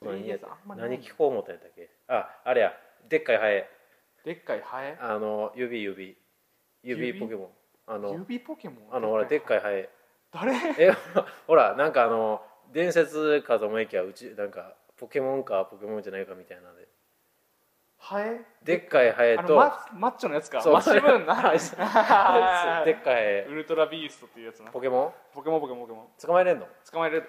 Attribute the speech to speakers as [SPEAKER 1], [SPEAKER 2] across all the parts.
[SPEAKER 1] これいいやつ
[SPEAKER 2] あんまりない
[SPEAKER 1] 何聞こう思ったんやったっけああれやでっかいハエ
[SPEAKER 2] でっかいハエ
[SPEAKER 1] あの指指指
[SPEAKER 2] 指
[SPEAKER 1] ポケモンあの
[SPEAKER 2] 指ポケモン
[SPEAKER 1] あのほらでっかいハエ
[SPEAKER 2] 誰
[SPEAKER 1] え ほらほらなんかあの伝説かと思いきやうちなんかポケモンかポケモンじゃないかみたいなので
[SPEAKER 2] ハエ
[SPEAKER 1] でっかいハエ
[SPEAKER 2] あの
[SPEAKER 1] と
[SPEAKER 2] ママッチョのやつか
[SPEAKER 1] そう
[SPEAKER 2] マシブー ンな
[SPEAKER 1] はい でっかいハエ
[SPEAKER 2] ウルトラビーストっていうやつな
[SPEAKER 1] ポケモン
[SPEAKER 2] ポケモンポケモンポケモン
[SPEAKER 1] 捕まえれんの
[SPEAKER 2] 捕まえれる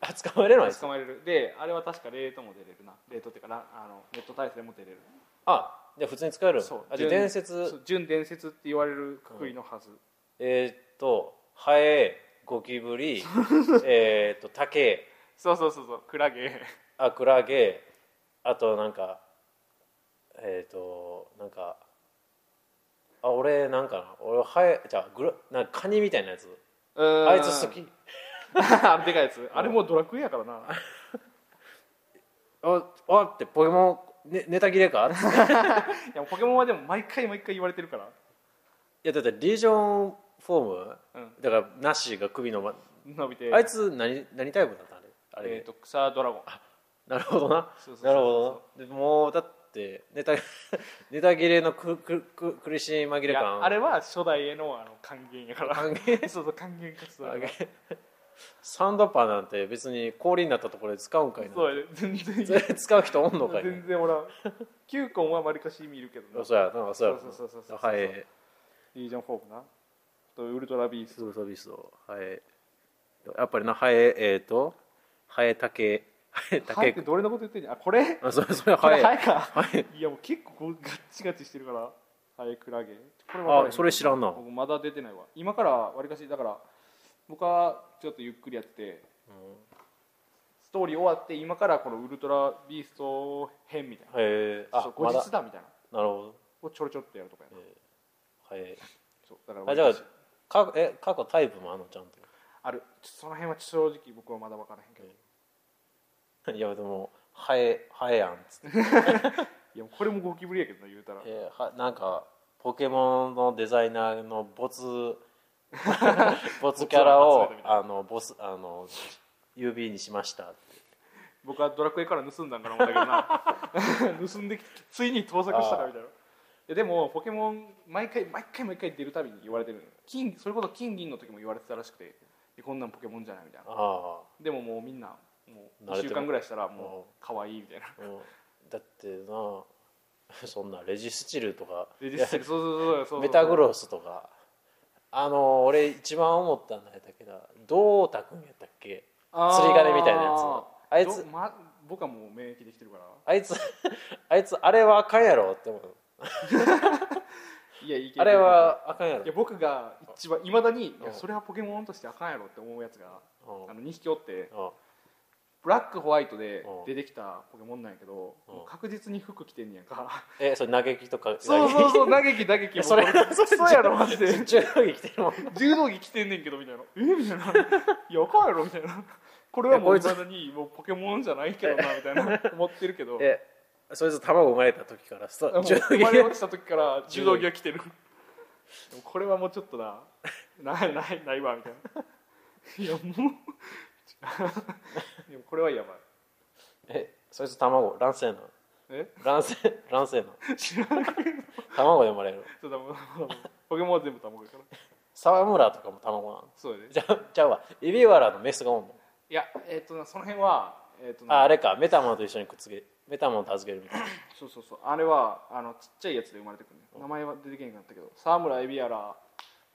[SPEAKER 1] あ捕まえれないです
[SPEAKER 2] 捕まえれるであれは確かレートも出れるなレートっていうかラあのネット対戦も出れる
[SPEAKER 1] あじゃあ普通に使える
[SPEAKER 2] そう
[SPEAKER 1] あじゃあ伝説
[SPEAKER 2] そう純伝説って言われるくくりのはず、
[SPEAKER 1] えーっとハエゴキブリえーっと竹
[SPEAKER 2] そうそうそうそうクラゲ
[SPEAKER 1] あクラゲあとなんかえっ、となんかあ俺なんかな俺ハエじゃあグラなんかカニみたいなやつ
[SPEAKER 2] うーん
[SPEAKER 1] あいつ好き
[SPEAKER 2] あでかいやつあれもうドラクエやからな
[SPEAKER 1] ああってポケモン、ね、ネタ切れか い
[SPEAKER 2] いやポケモンはでも毎回毎回言われてるから
[SPEAKER 1] やだってリージョンフォーム
[SPEAKER 2] うん
[SPEAKER 1] だからナッシーが首の、ま、
[SPEAKER 2] 伸びて
[SPEAKER 1] あいつ何何タイプだったあれあれ、
[SPEAKER 2] えっ、と草ドラゴン
[SPEAKER 1] なるほどな
[SPEAKER 2] そうそうそうそう
[SPEAKER 1] なるほどなでもうだってネタ ネタ切れのくくく苦しい紛
[SPEAKER 2] い
[SPEAKER 1] れ
[SPEAKER 2] や
[SPEAKER 1] 感
[SPEAKER 2] あれは初代へのあの還元やから
[SPEAKER 1] 還
[SPEAKER 2] そうそう還元活動やから
[SPEAKER 1] サンドパンなんて別に氷になったところで使うんかいな
[SPEAKER 2] そうやで全然
[SPEAKER 1] それ使う人おんのかいな
[SPEAKER 2] 全然おらんキュウコンは丸かし見るけどな
[SPEAKER 1] そうやなんかそうや
[SPEAKER 2] そうそうそうそう
[SPEAKER 1] はい
[SPEAKER 2] リージョンフォームなとウルトラビース
[SPEAKER 1] スーサビスをはいやっぱりなハエえっ、とハエタケハエタ
[SPEAKER 2] 早
[SPEAKER 1] ケ
[SPEAKER 2] くどれのこと言ってんじゃんあこれ
[SPEAKER 1] あそれそれ
[SPEAKER 2] こ
[SPEAKER 1] ハ
[SPEAKER 2] れ
[SPEAKER 1] エ
[SPEAKER 2] 早いか
[SPEAKER 1] ハエ
[SPEAKER 2] いやもう結構こうガッチガチしてるからハエクラゲこれわか
[SPEAKER 1] あ
[SPEAKER 2] らへん
[SPEAKER 1] それ知らんな
[SPEAKER 2] 僕まだ出てないわ今からわりかしだから僕はちょっとゆっくりやってストーリー終わって今からこのウルトラビースト編みたいな
[SPEAKER 1] ハエ
[SPEAKER 2] そ
[SPEAKER 1] あ
[SPEAKER 2] う後
[SPEAKER 1] まだ
[SPEAKER 2] 日だみたいな
[SPEAKER 1] なるほど
[SPEAKER 2] をちょろちょろっとやるとかやな
[SPEAKER 1] ハエ
[SPEAKER 2] そうだから
[SPEAKER 1] あじゃ
[SPEAKER 2] 割
[SPEAKER 1] あ
[SPEAKER 2] りかし
[SPEAKER 1] かえ過去タイプもあんのちゃんと
[SPEAKER 2] あるちょっとその辺は正直僕はまだ分からへんけど
[SPEAKER 1] いやでもハエハエやんっつって
[SPEAKER 2] いやこれもゴキブリやけどな言うたら
[SPEAKER 1] えーはなんかポケモンのデザイナーのボツ ボツキャラ
[SPEAKER 2] ボツ
[SPEAKER 1] を
[SPEAKER 2] を集めたみた
[SPEAKER 1] あのボスあの UB にしました
[SPEAKER 2] 僕はドラクエから盗んだんかな思ったけどな盗んできてついに盗作したかみたいないやでもポケモン毎回毎回毎回出るたびに言われてるのよ金それこそ金銀の時も言われてたらしくてえこんなんポケモンじゃないみたいな
[SPEAKER 1] あ
[SPEAKER 2] でももうみんなもう
[SPEAKER 1] 慣れ
[SPEAKER 2] 1
[SPEAKER 1] てる
[SPEAKER 2] 週間ぐらいしたらもう可愛いみたいな
[SPEAKER 1] あ、うんだってな そんなレジスチルとか
[SPEAKER 2] で実際そうそうそうそう
[SPEAKER 1] メタグロスとかあの俺一番思ったのやったっけどどうたくんやったっけ釣り鐘みたいなやつあ
[SPEAKER 2] あ
[SPEAKER 1] い
[SPEAKER 2] い
[SPEAKER 1] つ
[SPEAKER 2] つ、ま、僕はもう免疫できてるから
[SPEAKER 1] あいつ あいつあれはあかんやろって思う
[SPEAKER 2] いやいいけど
[SPEAKER 1] あれはあかんやろ
[SPEAKER 2] いや僕が一番いまだにい
[SPEAKER 1] うん
[SPEAKER 2] やそれはポケモンとしてあかんやろって思うやつが
[SPEAKER 1] うん
[SPEAKER 2] あの2匹おって
[SPEAKER 1] うん
[SPEAKER 2] ブラックホワイトで
[SPEAKER 1] うん
[SPEAKER 2] 出てきたポケモンなんやけども
[SPEAKER 1] うん
[SPEAKER 2] う確実に服着てんねやんか
[SPEAKER 1] えそれ嘆きとか
[SPEAKER 2] そうそうそう嘆き嘆
[SPEAKER 1] いや
[SPEAKER 2] き
[SPEAKER 1] それ
[SPEAKER 2] もうクソやろマジで
[SPEAKER 1] ちっちゃい時着てるもん
[SPEAKER 2] 柔道着着てんねんけどみたいなえみたいな「いやあかんやろ」みたいなこれはも
[SPEAKER 1] こ
[SPEAKER 2] う
[SPEAKER 1] い
[SPEAKER 2] い
[SPEAKER 1] つ
[SPEAKER 2] まだにもうポケモンじゃないけどなみたいな思ってるけ ど
[SPEAKER 1] えそいつ卵生まれた時からス
[SPEAKER 2] も
[SPEAKER 1] ト
[SPEAKER 2] う
[SPEAKER 1] 柔道
[SPEAKER 2] 生
[SPEAKER 1] 着
[SPEAKER 2] まれ落ちた時から
[SPEAKER 1] 柔
[SPEAKER 2] 柔
[SPEAKER 1] 道
[SPEAKER 2] 道
[SPEAKER 1] 着
[SPEAKER 2] 着は着てるでもこれはもうちょっとなないないないわみたいないやもうでもこれはやばい
[SPEAKER 1] えそいつ卵卵性の
[SPEAKER 2] え
[SPEAKER 1] 卵性卵性の
[SPEAKER 2] 知らない
[SPEAKER 1] 卵で生まれる
[SPEAKER 2] そうだもうポケモンは全部卵だから
[SPEAKER 1] 沢村とかも卵なの
[SPEAKER 2] そうやね
[SPEAKER 1] じゃじゃうわエビワラのメスがおんの
[SPEAKER 2] いやえっ、となその辺はえっ、とな
[SPEAKER 1] ああれかメタモンと一緒にくっつけメタモンと預けるみたいな
[SPEAKER 2] そうそうそうあれはあのちっちゃいやつで生まれてくるね名前は出てけなかったけど沢村エビアラ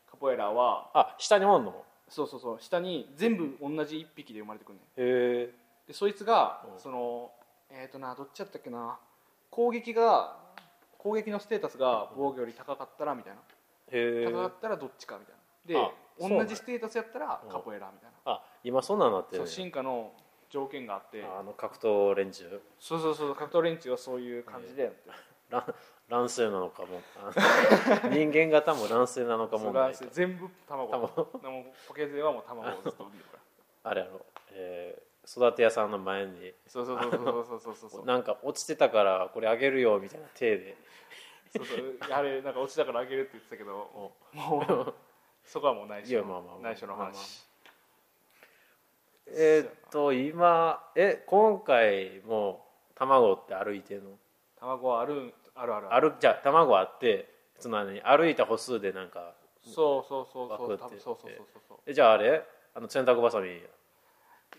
[SPEAKER 2] カポエラは
[SPEAKER 1] あ下におんの
[SPEAKER 2] そうそうそう下に全部同じ一匹で生まれてくるね
[SPEAKER 1] へえ
[SPEAKER 2] でそいつが、
[SPEAKER 1] うん
[SPEAKER 2] そのえっ、となどっちやったっけな攻撃が攻撃のステータスが防御より高かったらみたいな、
[SPEAKER 1] へ
[SPEAKER 2] 高か
[SPEAKER 1] え
[SPEAKER 2] ったらどっちかみたい
[SPEAKER 1] あ
[SPEAKER 2] な
[SPEAKER 1] そう
[SPEAKER 2] で
[SPEAKER 1] なんや
[SPEAKER 2] 同じステータスやったら
[SPEAKER 1] うん
[SPEAKER 2] カポエラみたいな、
[SPEAKER 1] あ今そんなんなってる
[SPEAKER 2] そ
[SPEAKER 1] ん
[SPEAKER 2] う
[SPEAKER 1] や
[SPEAKER 2] 進化の条件があって
[SPEAKER 1] あの格闘連中
[SPEAKER 2] そうそうそう格闘連中はそういう感じでやってる
[SPEAKER 1] 乱乱数なのかもあの人間型も乱数なのか
[SPEAKER 2] そ
[SPEAKER 1] も
[SPEAKER 2] れが
[SPEAKER 1] ないと
[SPEAKER 2] 全部卵
[SPEAKER 1] 卵
[SPEAKER 2] でもポケゼはもう 卵をずっと産んでるから
[SPEAKER 1] あれやろ、えー育て屋さんの前に
[SPEAKER 2] そうそうそうそうそうそうそ う
[SPEAKER 1] なんか落ちてたからこれあげるよみたいな手で
[SPEAKER 2] そうそうあれなんか落ちたからあげるって言ってたけどもうもうそこはもう内
[SPEAKER 1] いや
[SPEAKER 2] 緒
[SPEAKER 1] まあまあまあ
[SPEAKER 2] 内緒の
[SPEAKER 1] まあまあ
[SPEAKER 2] 話
[SPEAKER 1] えーっと今え今回も卵って歩いてんの
[SPEAKER 2] 卵はあるあるあるある
[SPEAKER 1] 歩じゃあ卵あってその何歩いた歩数でなんか
[SPEAKER 2] そうそうそうそう
[SPEAKER 1] バ
[SPEAKER 2] 多
[SPEAKER 1] クっ
[SPEAKER 2] 分
[SPEAKER 1] て
[SPEAKER 2] そうそうそうそう
[SPEAKER 1] えじゃああれあの洗濯ばさみへ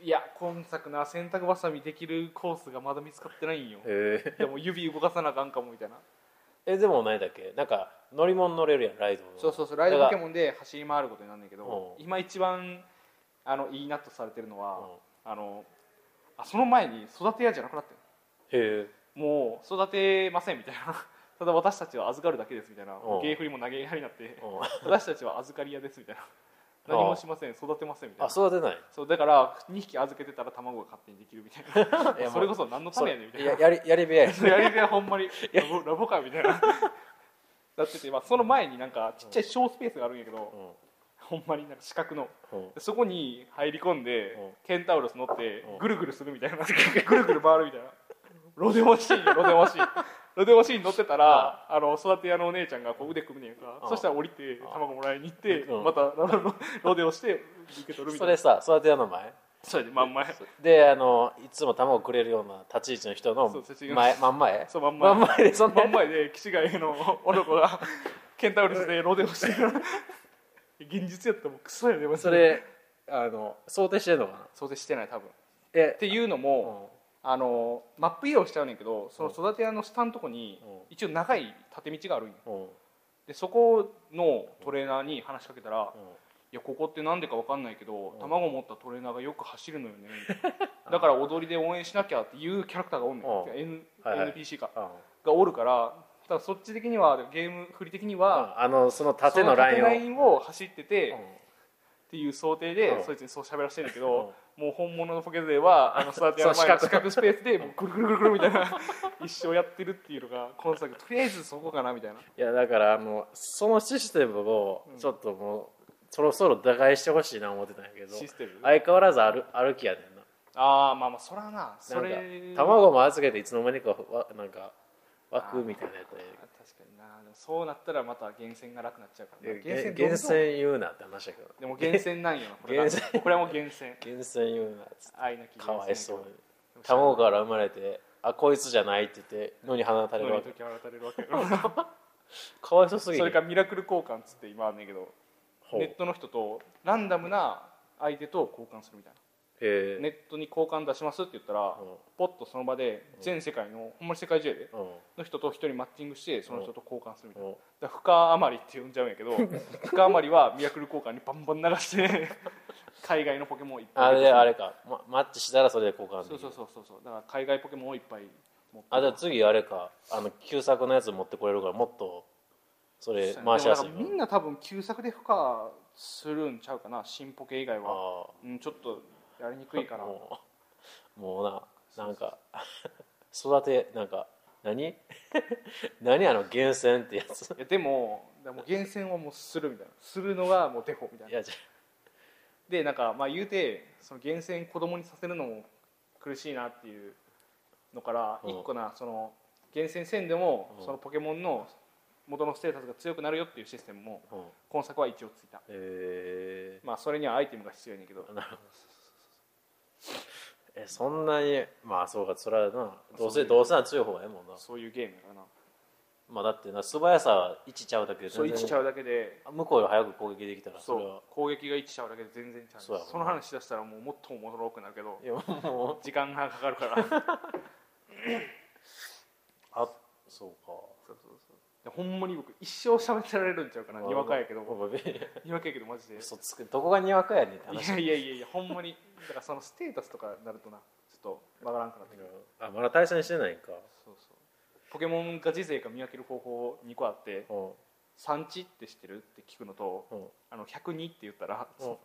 [SPEAKER 2] いや今作な洗濯ばさみできるコースがまだ見つかってないんよ
[SPEAKER 1] え
[SPEAKER 2] でもう指動かさなあかんかもみたいな
[SPEAKER 1] えでも何だっけなんか乗り物乗れるやんライドの
[SPEAKER 2] そうそうそうライドポケ
[SPEAKER 1] ン
[SPEAKER 2] モンで走り回ることになるんだけど
[SPEAKER 1] うん
[SPEAKER 2] 今一番あのいいなとされてるのはあのあその前に育て屋じゃなくなってる
[SPEAKER 1] へえ
[SPEAKER 2] もう育てませんみたいな ただ私たちは預かるだけですみたいな
[SPEAKER 1] うん
[SPEAKER 2] 芸振りも投げやりになって
[SPEAKER 1] うん
[SPEAKER 2] 私たちは預かり屋ですみたいな何もしません育てませんみたい
[SPEAKER 1] あ
[SPEAKER 2] な
[SPEAKER 1] 育てない
[SPEAKER 2] そうだから2匹預けてたら卵が勝手にできるみたい
[SPEAKER 1] いや
[SPEAKER 2] な それこそ何のためやねんみた いな
[SPEAKER 1] ややり やり部屋や
[SPEAKER 2] やり手はほんまにラボラボかみたいな なってて、まあ、その前になんかちっちゃい小スペースがあるんやけど、
[SPEAKER 1] う
[SPEAKER 2] ほんまになんか四角の
[SPEAKER 1] んうん
[SPEAKER 2] でそこに入り込んで
[SPEAKER 1] うん
[SPEAKER 2] ケンタウロス乗って
[SPEAKER 1] うん
[SPEAKER 2] ぐるぐるするみたいなぐるぐる回るみたいなロデオマシーンよロデオマシーンロデオマシーンに乗ってたらあの育て屋のお姉ちゃんがこう腕組むねんか
[SPEAKER 1] うん
[SPEAKER 2] そしたら降りて
[SPEAKER 1] うん
[SPEAKER 2] 卵もらいに行って
[SPEAKER 1] うん
[SPEAKER 2] またロロロデオして受け取るみた
[SPEAKER 1] そ
[SPEAKER 2] いな
[SPEAKER 1] れさ育て屋の前
[SPEAKER 2] それで真ん前
[SPEAKER 1] であのいつも卵くれるような立ち位置の人
[SPEAKER 2] そ
[SPEAKER 1] の
[SPEAKER 2] う違いま
[SPEAKER 1] 前真ん前
[SPEAKER 2] そう真ん前
[SPEAKER 1] 真ん前でそんな
[SPEAKER 2] 真ん前で岸がいの男がケンタウロスでロデオしてる現実やったらもうクソやねマジで
[SPEAKER 1] それあの想定してんのかな
[SPEAKER 2] 想定してない多分っ
[SPEAKER 1] え
[SPEAKER 2] ていうの
[SPEAKER 1] う
[SPEAKER 2] も、
[SPEAKER 1] ん
[SPEAKER 2] あのマップ移動しちゃうねんけどその育て屋の下のとこに
[SPEAKER 1] うん
[SPEAKER 2] 一応長い縦道があるんよ
[SPEAKER 1] うん
[SPEAKER 2] でそこのトレーナーに話しかけた
[SPEAKER 1] う
[SPEAKER 2] ら「
[SPEAKER 1] ん
[SPEAKER 2] いやここってなんでか分かんないけど
[SPEAKER 1] うん
[SPEAKER 2] 卵持ったトレーナーがよく走る のよね」だから踊りで応援しなきゃっていうキャラクターがおんね
[SPEAKER 1] うん
[SPEAKER 2] ん N
[SPEAKER 1] はいはい
[SPEAKER 2] NPC か
[SPEAKER 1] あ
[SPEAKER 2] がおるからただそっち的にはゲーム振り的には
[SPEAKER 1] あのその縦のラインを
[SPEAKER 2] その縦ラインを走ってて
[SPEAKER 1] う
[SPEAKER 2] っ
[SPEAKER 1] ん
[SPEAKER 2] ていう想定
[SPEAKER 1] うん
[SPEAKER 2] でそいつにそう喋らせてるけどもう本物のポケゼ はあの育て屋の
[SPEAKER 1] そう
[SPEAKER 2] 前の
[SPEAKER 1] 四
[SPEAKER 2] 四角スペースでもうぐるぐるぐるぐるみたいな一生やってるっていうのが今作とりあえずそこかなみたいない
[SPEAKER 1] やだからあのそのシステムをちょっともう、そろそろ打開してほしいな思ってたんやけど
[SPEAKER 2] システムあ
[SPEAKER 1] 相変わらず歩歩きやねんな
[SPEAKER 2] あーまあまあそらなそ
[SPEAKER 1] なんか
[SPEAKER 2] れ
[SPEAKER 1] 卵も預けていつの間にかわなんか湧くみたいなやつ
[SPEAKER 2] あー確かになでもそうなったらまた厳選が楽になっちゃうからな
[SPEAKER 1] で
[SPEAKER 2] どんどん
[SPEAKER 1] 厳選言うなって話だけど
[SPEAKER 2] で も厳選なんよなこれが
[SPEAKER 1] 厳選
[SPEAKER 2] これも厳選
[SPEAKER 1] 厳選言うなっつっ
[SPEAKER 2] 愛な
[SPEAKER 1] て
[SPEAKER 2] き
[SPEAKER 1] かわいそうに
[SPEAKER 2] 厳選
[SPEAKER 1] 卵から生まれてあこいつじゃないって言って野に放たれる
[SPEAKER 2] の
[SPEAKER 1] わ
[SPEAKER 2] に
[SPEAKER 1] け
[SPEAKER 2] 時は渡れるわけよ
[SPEAKER 1] かわいそう すぎ
[SPEAKER 2] それ
[SPEAKER 1] る
[SPEAKER 2] かミラクル交換っつって今あんねんけど
[SPEAKER 1] ほう
[SPEAKER 2] ネットの人とランダムな相手と交換するみたいな
[SPEAKER 1] へえ
[SPEAKER 2] ネットに交換出しますって言ったら、
[SPEAKER 1] うん
[SPEAKER 2] ポッとその場で全世界の、ほんまに世界中やで
[SPEAKER 1] うん
[SPEAKER 2] の人と一人マッチングしてその人と交換するみたいな、
[SPEAKER 1] うん
[SPEAKER 2] だから深余りって呼んじゃうんや けど深余りはミラクル交換にバンバン流して海外のポケモンをいっ
[SPEAKER 1] あ
[SPEAKER 2] ぱい
[SPEAKER 1] れあ
[SPEAKER 2] れ
[SPEAKER 1] れか、ま、マッチしたらそれで交換でき
[SPEAKER 2] そう
[SPEAKER 1] る
[SPEAKER 2] そうそうそうそうだから海外ポケモンをいっぱい持って
[SPEAKER 1] あじゃあ次あれかあの旧作のやつ持ってこれるからもっとそれ回しやすいわ
[SPEAKER 2] でもだからみんな多分旧作で負荷するんちゃうかな新ポケ以外は、
[SPEAKER 1] あ
[SPEAKER 2] うん、ちょっとやりにくいか
[SPEAKER 1] あ
[SPEAKER 2] ら
[SPEAKER 1] もうもうななんか育てなんか何 何あの厳選ってやつ
[SPEAKER 2] いやでもでも厳選はもうするみたいなするのがもうデフォみたいない
[SPEAKER 1] やじゃ
[SPEAKER 2] でなんかまあ言うてその厳選子供にさせるのも苦しいなっていうのから
[SPEAKER 1] うん
[SPEAKER 2] 一個なその厳選せんでも
[SPEAKER 1] うん
[SPEAKER 2] そのポケモンの元のステータスが強くなるよっていうシステムも
[SPEAKER 1] あ、うん、
[SPEAKER 2] 今作は一応ついた
[SPEAKER 1] え
[SPEAKER 2] まあそれにはアイテムが必要やねんけど
[SPEAKER 1] ー、なるほどえそんなにまあそうかそれはなどうせどうせな強い方がええもんな
[SPEAKER 2] そういうゲームやからな
[SPEAKER 1] まあだってな素早さは1ちゃうだけで
[SPEAKER 2] そう1ちゃ
[SPEAKER 1] う
[SPEAKER 2] うだけで
[SPEAKER 1] 向こうより早く攻撃できたらそ
[SPEAKER 2] そ
[SPEAKER 1] れ
[SPEAKER 2] う
[SPEAKER 1] は
[SPEAKER 2] 攻撃が1ちゃうだけで全然ちゃう
[SPEAKER 1] そうやもんな
[SPEAKER 2] その話しだしたらもうもっとおもろくなるけど
[SPEAKER 1] いやもう
[SPEAKER 2] 時間がかか るからそう
[SPEAKER 1] あそうか
[SPEAKER 2] そうそうでほんまに僕一生喋ってられるんちゃうかなにわかやけど
[SPEAKER 1] まあまあ
[SPEAKER 2] にわかやけどマジで
[SPEAKER 1] 嘘つくどこがにわかやねんって
[SPEAKER 2] い
[SPEAKER 1] 話
[SPEAKER 2] やいやいやいやほんまにだからそのステータスとかになるとなちょっとわからんくなってくる
[SPEAKER 1] あまだ対戦してないんか
[SPEAKER 2] そうそうポケモンが時勢か見分ける方法2個あって
[SPEAKER 1] うん
[SPEAKER 2] 「産地って知ってる?」って聞くのと
[SPEAKER 1] うん
[SPEAKER 2] 「あの102」って言ったら、
[SPEAKER 1] うん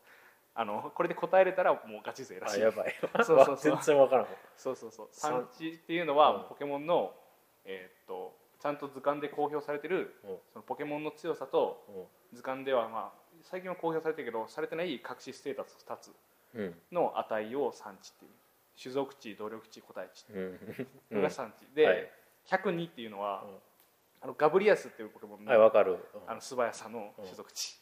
[SPEAKER 2] あのこれで答えれたらもうガチ勢ら
[SPEAKER 1] あ
[SPEAKER 2] しい
[SPEAKER 1] やばい
[SPEAKER 2] そう そうそう
[SPEAKER 1] 全然わからん
[SPEAKER 2] そうそうそう
[SPEAKER 1] 産
[SPEAKER 2] 産地っていうのは、
[SPEAKER 1] うん
[SPEAKER 2] ポケモンのえーっとちゃんと図鑑で公表されてる
[SPEAKER 1] うん
[SPEAKER 2] そのポケモンの強さと図鑑ではまあ最近は公表されてるけどされてない隠しステータス2つ
[SPEAKER 1] うんうん
[SPEAKER 2] の値を産地っていう種族値動力値個体値
[SPEAKER 1] うん
[SPEAKER 2] それが産地で、
[SPEAKER 1] はい
[SPEAKER 2] 102っていうのは、
[SPEAKER 1] うん
[SPEAKER 2] あのガブリアスっていうポケモンの,、
[SPEAKER 1] はいわかる、うん
[SPEAKER 2] あの素早さの種族値、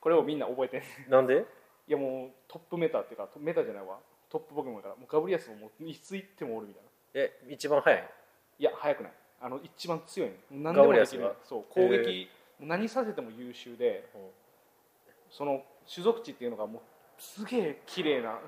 [SPEAKER 2] これをみんな覚えてんね
[SPEAKER 1] なんで
[SPEAKER 2] いやもうトップメタっていうかメタじゃないわトップポケモンだからもうガブリアスももういつ行ってもおるみたいな
[SPEAKER 1] え一番早い
[SPEAKER 2] いや早くないあの一番強いの何
[SPEAKER 1] ガ
[SPEAKER 2] で
[SPEAKER 1] ブ
[SPEAKER 2] も
[SPEAKER 1] リア
[SPEAKER 2] で
[SPEAKER 1] ス
[SPEAKER 2] き
[SPEAKER 1] が
[SPEAKER 2] るそう攻
[SPEAKER 1] へ
[SPEAKER 2] 撃、何させても優秀でその種族値っていうのがもうすげえ綺麗 な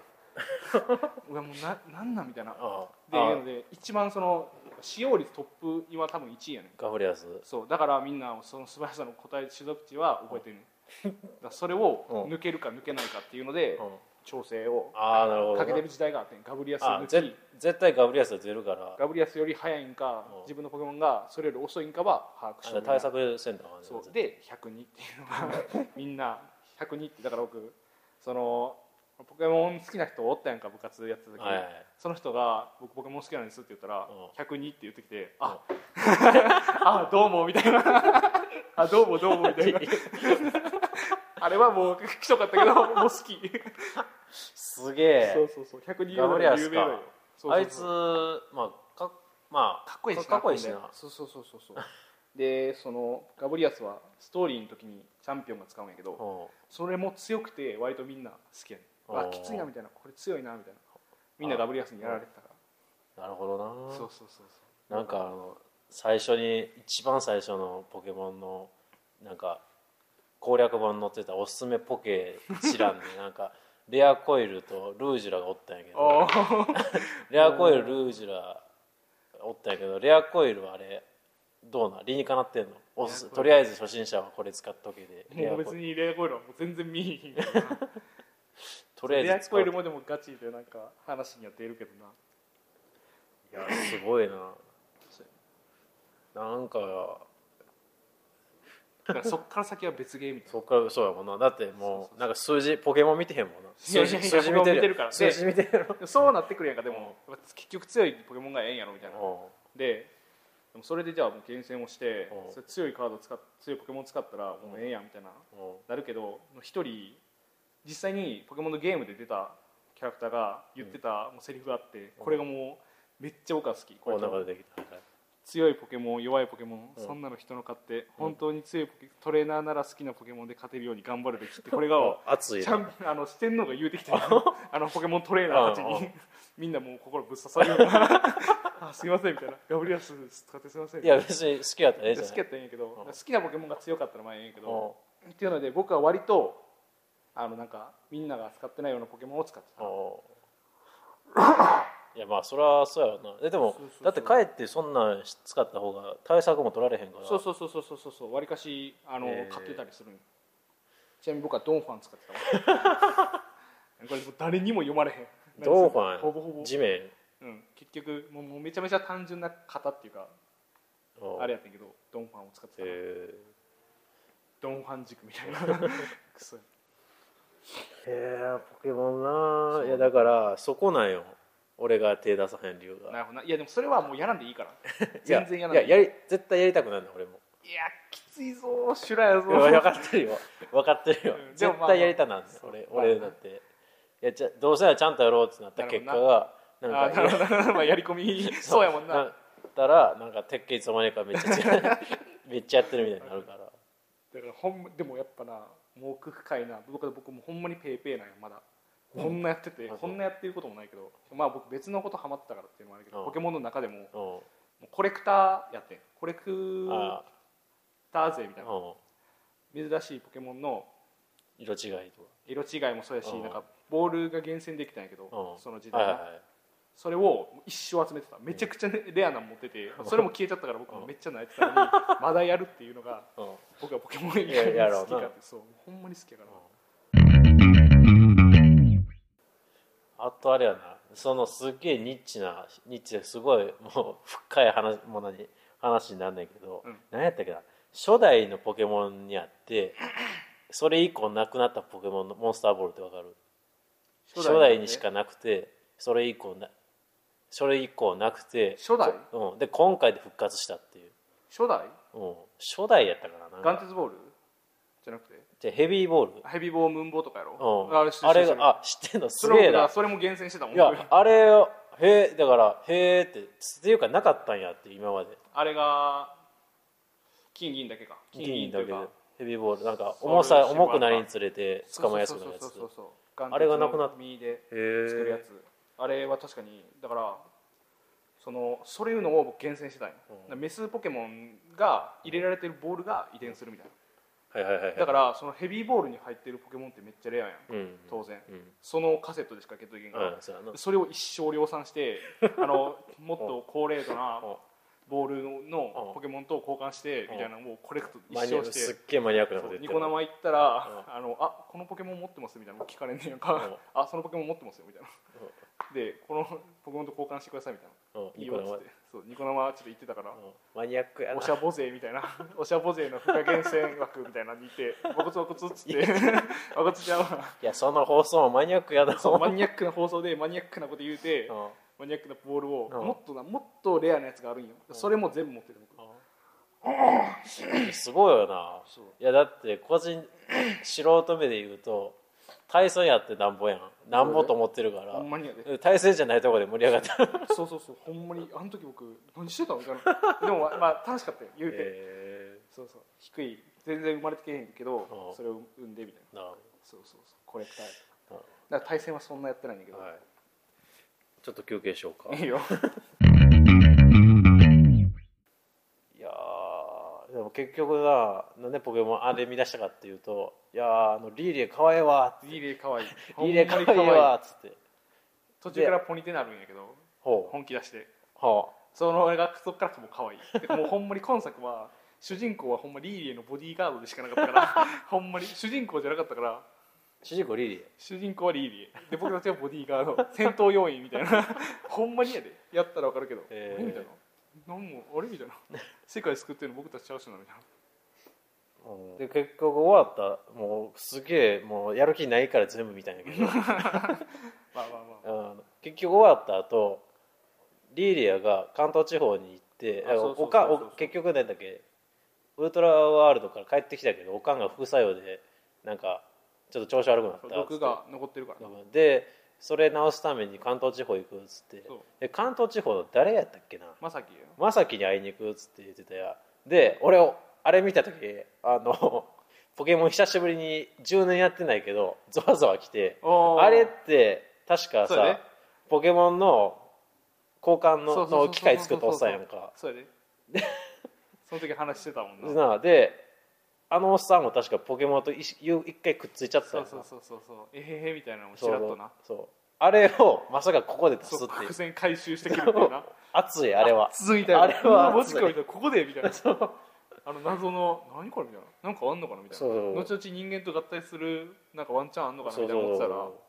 [SPEAKER 2] うわもうななんなんみたいな
[SPEAKER 1] あ
[SPEAKER 2] でいう
[SPEAKER 1] あ
[SPEAKER 2] ので一番その使用率トップ今多分1位やねん
[SPEAKER 1] ガブリアス
[SPEAKER 2] そうだからみんなその素早さの答え種族値は覚 えてるねんだからそれを抜けるか抜けないかっていうので
[SPEAKER 1] うん
[SPEAKER 2] 調整を
[SPEAKER 1] ああなるほどな
[SPEAKER 2] かけてる時代があってんガブリアスを
[SPEAKER 1] あ
[SPEAKER 2] 抜
[SPEAKER 1] ぜ
[SPEAKER 2] き
[SPEAKER 1] 絶対ガブリアスは出るから
[SPEAKER 2] ガブリアスより速いんか
[SPEAKER 1] うん
[SPEAKER 2] 自分のポケモンがそれより遅いんかは把握し
[SPEAKER 1] あ
[SPEAKER 2] て
[SPEAKER 1] の
[SPEAKER 2] る
[SPEAKER 1] 対策せんとあかんね
[SPEAKER 2] そうで102っていうのがみんな102ってだから僕そのポケモン好きな人おったやんか部活やってた時、
[SPEAKER 1] はいはい
[SPEAKER 2] その人が「僕ポケモン好きなんです」って言ったら
[SPEAKER 1] う
[SPEAKER 2] 「102」って言ってきて「あ あどうも」みたいな「あどうもどうも」みたいな あれはもうきそかったけどもう好き
[SPEAKER 1] すげえ
[SPEAKER 2] そうそうそう102
[SPEAKER 1] ガブリアスか
[SPEAKER 2] 有名だよそうそうそう
[SPEAKER 1] あいつまあかまあ
[SPEAKER 2] かっこいいしな
[SPEAKER 1] かっこいいし
[SPEAKER 2] こんな
[SPEAKER 1] な
[SPEAKER 2] やつそうそうそうそうそうでそのガブリアスはストーリーの時にチャンピオンが使うんやけど
[SPEAKER 1] うん
[SPEAKER 2] それも強くて割とみんな好きやねん
[SPEAKER 1] お
[SPEAKER 2] あ
[SPEAKER 1] ー
[SPEAKER 2] きついなみたいなこれ強いなみたいなみんなガブリアスにやられてたか
[SPEAKER 1] なるほど
[SPEAKER 2] ら
[SPEAKER 1] な
[SPEAKER 2] そうそうそうそう
[SPEAKER 1] なんかあの最初に一番最初のポケモンのなんか攻略本に載ってたおすすめポケ一覧 でなんかレアコイルとルージュラがおったんやけど
[SPEAKER 2] おー
[SPEAKER 1] レアコイルルージュラおったんやけどレアコイルはあれどうなん理にかなってんのおす
[SPEAKER 2] レアコイル
[SPEAKER 1] とりあえず初心者はこれ使っとけでレア
[SPEAKER 2] もう
[SPEAKER 1] コ
[SPEAKER 2] 別
[SPEAKER 1] イル
[SPEAKER 2] にレアコイルはもう全然見えへんからな
[SPEAKER 1] とりあえず
[SPEAKER 2] レア
[SPEAKER 1] 使っ
[SPEAKER 2] コイルもでもガチでなんか話には出るけどない
[SPEAKER 1] やすごいななんか
[SPEAKER 2] だからそっから先は別ゲーみたいな
[SPEAKER 1] そっからそうやもんなだって
[SPEAKER 2] そう
[SPEAKER 1] も
[SPEAKER 2] そうそう
[SPEAKER 1] うなんか数字ポケモン見てへんもんない
[SPEAKER 2] や
[SPEAKER 1] 数
[SPEAKER 2] いや
[SPEAKER 1] 字
[SPEAKER 2] いや
[SPEAKER 1] 数字見て
[SPEAKER 2] ポケモン見てる
[SPEAKER 1] る
[SPEAKER 2] から
[SPEAKER 1] 数字見てる
[SPEAKER 2] でもそうなってくるやんかでもやっぱ結局強いポケモンがええんやろみたいな
[SPEAKER 1] う
[SPEAKER 2] ででもそれでじゃあもう厳選をして
[SPEAKER 1] うん
[SPEAKER 2] それ強いカード使っ強いポケモン使ったらもうええやんみたいなん
[SPEAKER 1] うん
[SPEAKER 2] なるけど一人実際にポケモンのゲームで出たキャラクターが言ってたもうセリフがあってこれがもうめっちゃ僕は好きこ
[SPEAKER 1] こ
[SPEAKER 2] れ
[SPEAKER 1] うなんか出てきたはい
[SPEAKER 2] 強いポケモン弱いポケモン
[SPEAKER 1] うん
[SPEAKER 2] そんなの人の勝手本当に強いポケトレーナーなら好きなポケモンで勝てるように頑張るべきってこれが
[SPEAKER 1] あ熱い
[SPEAKER 2] ち
[SPEAKER 1] な
[SPEAKER 2] ゃんあの四天王が言うて きてるあのポケモントレーナーたち
[SPEAKER 1] うんう
[SPEAKER 2] に
[SPEAKER 1] ん
[SPEAKER 2] みんなもう心ぶっ刺さるよう なあすいませんみたいなガブリアス使ってすいません
[SPEAKER 1] いや別に好きやったらええじ
[SPEAKER 2] 好
[SPEAKER 1] ゃない
[SPEAKER 2] きやったらいいんやけど
[SPEAKER 1] ん
[SPEAKER 2] 好きなポケモンが強かったらまあええんやけど
[SPEAKER 1] う
[SPEAKER 2] っていうので僕は割とあのなんかみんなが使ってないようなポケモンを使ってた
[SPEAKER 1] んう んいやまあそれはそうやろうなえでも
[SPEAKER 2] そうそうそう
[SPEAKER 1] だって帰ってそんなん使った方が対策も取られへんから
[SPEAKER 2] そうそうそうそうそうそうそうわりかしあの、
[SPEAKER 1] へえ
[SPEAKER 2] 買ってたりするんよちなみに僕はドンファン使って たわこれもう誰にも読まれへん
[SPEAKER 1] どうか
[SPEAKER 2] ほぼほぼ、
[SPEAKER 1] 地面
[SPEAKER 2] うん、結局もうもうめちゃめちゃ単純な型っていうか
[SPEAKER 1] うん
[SPEAKER 2] あれやったんやけどドンファンを使ってたな
[SPEAKER 1] へ
[SPEAKER 2] ドンファン軸みたいな クソ
[SPEAKER 1] えへえポケモンな
[SPEAKER 2] う
[SPEAKER 1] いやだからそこなんよ俺が手出さへん理由が
[SPEAKER 2] なるほどないやでもそれはもうやらんでいいから
[SPEAKER 1] いや
[SPEAKER 2] 全然やらん
[SPEAKER 1] い
[SPEAKER 2] で
[SPEAKER 1] や
[SPEAKER 2] いい
[SPEAKER 1] やり絶対やりたくないの俺も
[SPEAKER 2] いやきついぞー修羅やぞ
[SPEAKER 1] いや分
[SPEAKER 2] ー
[SPEAKER 1] かってるよ分かってるよ
[SPEAKER 2] うんでも
[SPEAKER 1] 絶
[SPEAKER 2] まあ
[SPEAKER 1] 対やりたなんで
[SPEAKER 2] そう
[SPEAKER 1] 俺
[SPEAKER 2] まあ
[SPEAKER 1] 俺だっていやじゃどうせならちゃんとやろうってなった結果がなん
[SPEAKER 2] あ
[SPEAKER 1] か
[SPEAKER 2] なるほどなるほど まあやり込みそうやもんな
[SPEAKER 1] なったらなんかてっけいつの間にかめっちゃ違 うめっちゃやってるみたいになるから
[SPEAKER 2] だからほんまでもやっぱなもう奥深いな僕僕もほんまにペーペーなんよまだこんなやってて、
[SPEAKER 1] うん
[SPEAKER 2] こんなやってることもないけどまあ僕別のことハマってたからっていうのもあるけど、
[SPEAKER 1] うん
[SPEAKER 2] ポケモンの中でもも
[SPEAKER 1] うん
[SPEAKER 2] うコレクターやってんコレク
[SPEAKER 1] あ
[SPEAKER 2] ター勢みたいな
[SPEAKER 1] うん
[SPEAKER 2] 珍しいポケモンの
[SPEAKER 1] 色違いと
[SPEAKER 2] 色違いもそうやし、
[SPEAKER 1] うん
[SPEAKER 2] なんかボールが厳選できたんやけど、
[SPEAKER 1] か、うん、
[SPEAKER 2] その時
[SPEAKER 1] は
[SPEAKER 2] 代
[SPEAKER 1] い
[SPEAKER 2] が、
[SPEAKER 1] はいはい
[SPEAKER 2] それを一生集めてためちゃくちゃね、レアなの持っててそれも消えちゃったから僕もめっちゃ泣いてたのに、 まだやるっていうのが
[SPEAKER 1] うん
[SPEAKER 2] 僕はポケモン以
[SPEAKER 1] いや
[SPEAKER 2] 外
[SPEAKER 1] いやや
[SPEAKER 2] に
[SPEAKER 1] ろう
[SPEAKER 2] 好
[SPEAKER 1] な
[SPEAKER 2] きかってそうほんまに好きやから、
[SPEAKER 1] あとあれやなそのすっげえニッチなニッチですごいもう深い話もう何話になんねんけど、
[SPEAKER 2] うん
[SPEAKER 1] 何やったっけな初代のポケモンにあってそれ以降なくなったポケモンのモンスターボールってわかる初代,、にしかなくてそれ以降なそれ以降なくて
[SPEAKER 2] 初代
[SPEAKER 1] うん、で今回で復活したっていう
[SPEAKER 2] 初代
[SPEAKER 1] うん、初代やったからな
[SPEAKER 2] ガンテズボールじゃなくて
[SPEAKER 1] じゃあヘビーボール、
[SPEAKER 2] ヘビーボームーンボーとかやろ、
[SPEAKER 1] うん、あれ
[SPEAKER 2] 知ってる
[SPEAKER 1] あ
[SPEAKER 2] 知
[SPEAKER 1] あ知
[SPEAKER 2] ってる
[SPEAKER 1] ってんのす
[SPEAKER 2] それ
[SPEAKER 1] げえ
[SPEAKER 2] もだから
[SPEAKER 1] な
[SPEAKER 2] それも厳選してたもん
[SPEAKER 1] いやあれをへえだからへえってっていうかなかったんやって今まで
[SPEAKER 2] あれが金銀だけか
[SPEAKER 1] 銀だ
[SPEAKER 2] とい
[SPEAKER 1] け
[SPEAKER 2] う
[SPEAKER 1] で
[SPEAKER 2] か
[SPEAKER 1] ヘビーボールなんか
[SPEAKER 2] それ
[SPEAKER 1] 重さ
[SPEAKER 2] 絞ら
[SPEAKER 1] 重
[SPEAKER 2] な
[SPEAKER 1] くなりにつれて捕まえやすくなるやつ
[SPEAKER 2] そうそうそうそうそう
[SPEAKER 1] あれがなくなっ
[SPEAKER 2] ガンテツの身で作るや
[SPEAKER 1] へ
[SPEAKER 2] つ、あれは確かにだからそのそういうのを僕厳選してたんよ、
[SPEAKER 1] うん
[SPEAKER 2] だからメスポケモンが入れられてるボールが遺伝するみたいな、
[SPEAKER 1] えはいはいはいはい
[SPEAKER 2] だからそのヘビーボールに入ってるポケモンってめっちゃレアやん、
[SPEAKER 1] うん
[SPEAKER 2] 当然
[SPEAKER 1] うん
[SPEAKER 2] そのカセットでしかゲットできんから、
[SPEAKER 1] うんそうやな
[SPEAKER 2] それを一生量産して あのもっと高レートな
[SPEAKER 1] うん
[SPEAKER 2] ボールの
[SPEAKER 1] うん
[SPEAKER 2] ポケモンと交換してみたいなのをコレクト一
[SPEAKER 1] マニア
[SPEAKER 2] 生
[SPEAKER 1] ック
[SPEAKER 2] して
[SPEAKER 1] すっげえマニアックなこ
[SPEAKER 2] そ
[SPEAKER 1] と
[SPEAKER 2] う
[SPEAKER 1] 言っ
[SPEAKER 2] ニ
[SPEAKER 1] て
[SPEAKER 2] コ
[SPEAKER 1] る
[SPEAKER 2] 生行ったら「あのあこのポケモン持ってます」みたいなの聞かれんねやんか「 あそのポケモン持ってますよ」みたいなでこのポケモンと交換してくださいみたいな
[SPEAKER 1] うん
[SPEAKER 2] いい
[SPEAKER 1] ニ
[SPEAKER 2] よ
[SPEAKER 1] コ
[SPEAKER 2] っつ
[SPEAKER 1] 生
[SPEAKER 2] ってそうニコ生ちょっと言ってたから
[SPEAKER 1] うんマニアックや
[SPEAKER 2] お
[SPEAKER 1] な
[SPEAKER 2] しゃぼぜみたい なおしゃぼぜの不可厳選枠みたいなのにいて「わこつわこつ」っつって「わこつちゃうわ
[SPEAKER 1] いやその放送もマニアックやな」
[SPEAKER 2] そうマニアックな放送でマニアックなこと言うて
[SPEAKER 1] うん
[SPEAKER 2] マニアックなボールを
[SPEAKER 1] うん
[SPEAKER 2] もっとなもっとレアなやつがあるんよそれも全部持ってる僕
[SPEAKER 1] すごいよな
[SPEAKER 2] そう
[SPEAKER 1] いやだって個人素人目で言うと対戦やってなんぼやんなんぼと思ってるか
[SPEAKER 2] ほんまにやで
[SPEAKER 1] ら対戦じゃないとこで盛り上がった
[SPEAKER 2] そうそうそうほんまにあの時僕何してたのみたいなでもまあまあ楽しかったよ言うて、
[SPEAKER 1] え
[SPEAKER 2] そうそう低い全然生まれてけへんけ
[SPEAKER 1] う
[SPEAKER 2] ど
[SPEAKER 1] ん
[SPEAKER 2] それを生んでみたいな
[SPEAKER 1] ーなる
[SPEAKER 2] そうそうそうコレクター
[SPEAKER 1] ほ
[SPEAKER 2] だから対戦はそんなやってないんだけ
[SPEAKER 1] ど
[SPEAKER 2] ど、
[SPEAKER 1] はいちょっと休憩しようか
[SPEAKER 2] い、い よ
[SPEAKER 1] いやーでも結局ななんでポケモンあれ見出したかっていうといやーあのリーレイかわいいわーって
[SPEAKER 2] リレーかわいい
[SPEAKER 1] リーレイかわいい
[SPEAKER 2] ほんまに可愛い
[SPEAKER 1] わーっつって
[SPEAKER 2] 途中からポニテなるんやけど
[SPEAKER 1] ほう
[SPEAKER 2] 本気出して
[SPEAKER 1] ほ
[SPEAKER 2] その俺がそっからもう可愛いもうほんまに今作は 主人公はほんまリーリエのボディーガードでしかなかったから ほんまに主人公じゃなかったから
[SPEAKER 1] う主人公リーレイ
[SPEAKER 2] 主人公はリーリエで僕たちはボディーガー ド戦闘要員みたいなほんまにやでやったらわかるけど、
[SPEAKER 1] えー
[SPEAKER 2] あれみたいななんもあれみ たいな世界救ってるの僕たちちゃうしなみたいな
[SPEAKER 1] で結局終わったもうすげえもうやる気ないから全部見たんやけど
[SPEAKER 2] まあまあまあ
[SPEAKER 1] うん結局終わった後リーリアが関東地方に行って
[SPEAKER 2] あそうそうそうそう
[SPEAKER 1] おかんお結局なんだっけウルトラワールドから帰ってきたけどおかんが副作用でなんかちょっと調子悪くなったっつって
[SPEAKER 2] 毒が残ってるから
[SPEAKER 1] うんでそれ直すために関東地方行くっつって
[SPEAKER 2] そう
[SPEAKER 1] で関東地方の誰やったっけな
[SPEAKER 2] まさきよ
[SPEAKER 1] まさきに会いに行くっつって言ってたやで俺をあれ見た時あのポケモン久しぶりに10年やってないけどゾワゾワ来て
[SPEAKER 2] おー
[SPEAKER 1] あれって確か
[SPEAKER 2] そう
[SPEAKER 1] さ
[SPEAKER 2] やね
[SPEAKER 1] ポケモンの交換
[SPEAKER 2] そ
[SPEAKER 1] の
[SPEAKER 2] うそうそうそう
[SPEAKER 1] の機械作ったおっさんやんか
[SPEAKER 2] そうやで その時話してたもんな
[SPEAKER 1] なあであのおっさんも確かポケモンと一一回くっついちゃった
[SPEAKER 2] そ
[SPEAKER 1] や
[SPEAKER 2] うん
[SPEAKER 1] か
[SPEAKER 2] そうそうそうそうえへへみたいなのもち
[SPEAKER 1] そう
[SPEAKER 2] らっとな
[SPEAKER 1] そうあれをまさかここで足す
[SPEAKER 2] そう
[SPEAKER 1] ってい
[SPEAKER 2] 伏
[SPEAKER 1] う
[SPEAKER 2] 線回収してくるっていうな
[SPEAKER 1] 熱いあれは
[SPEAKER 2] 続いたよ
[SPEAKER 1] あれは
[SPEAKER 2] もしかみたいなここでみたいなあの謎の何これみたいななんかあんのかなみたいな
[SPEAKER 1] そう
[SPEAKER 2] 後々人間と合体するなんかワンチャンあんのかなみたいな思ってたらこ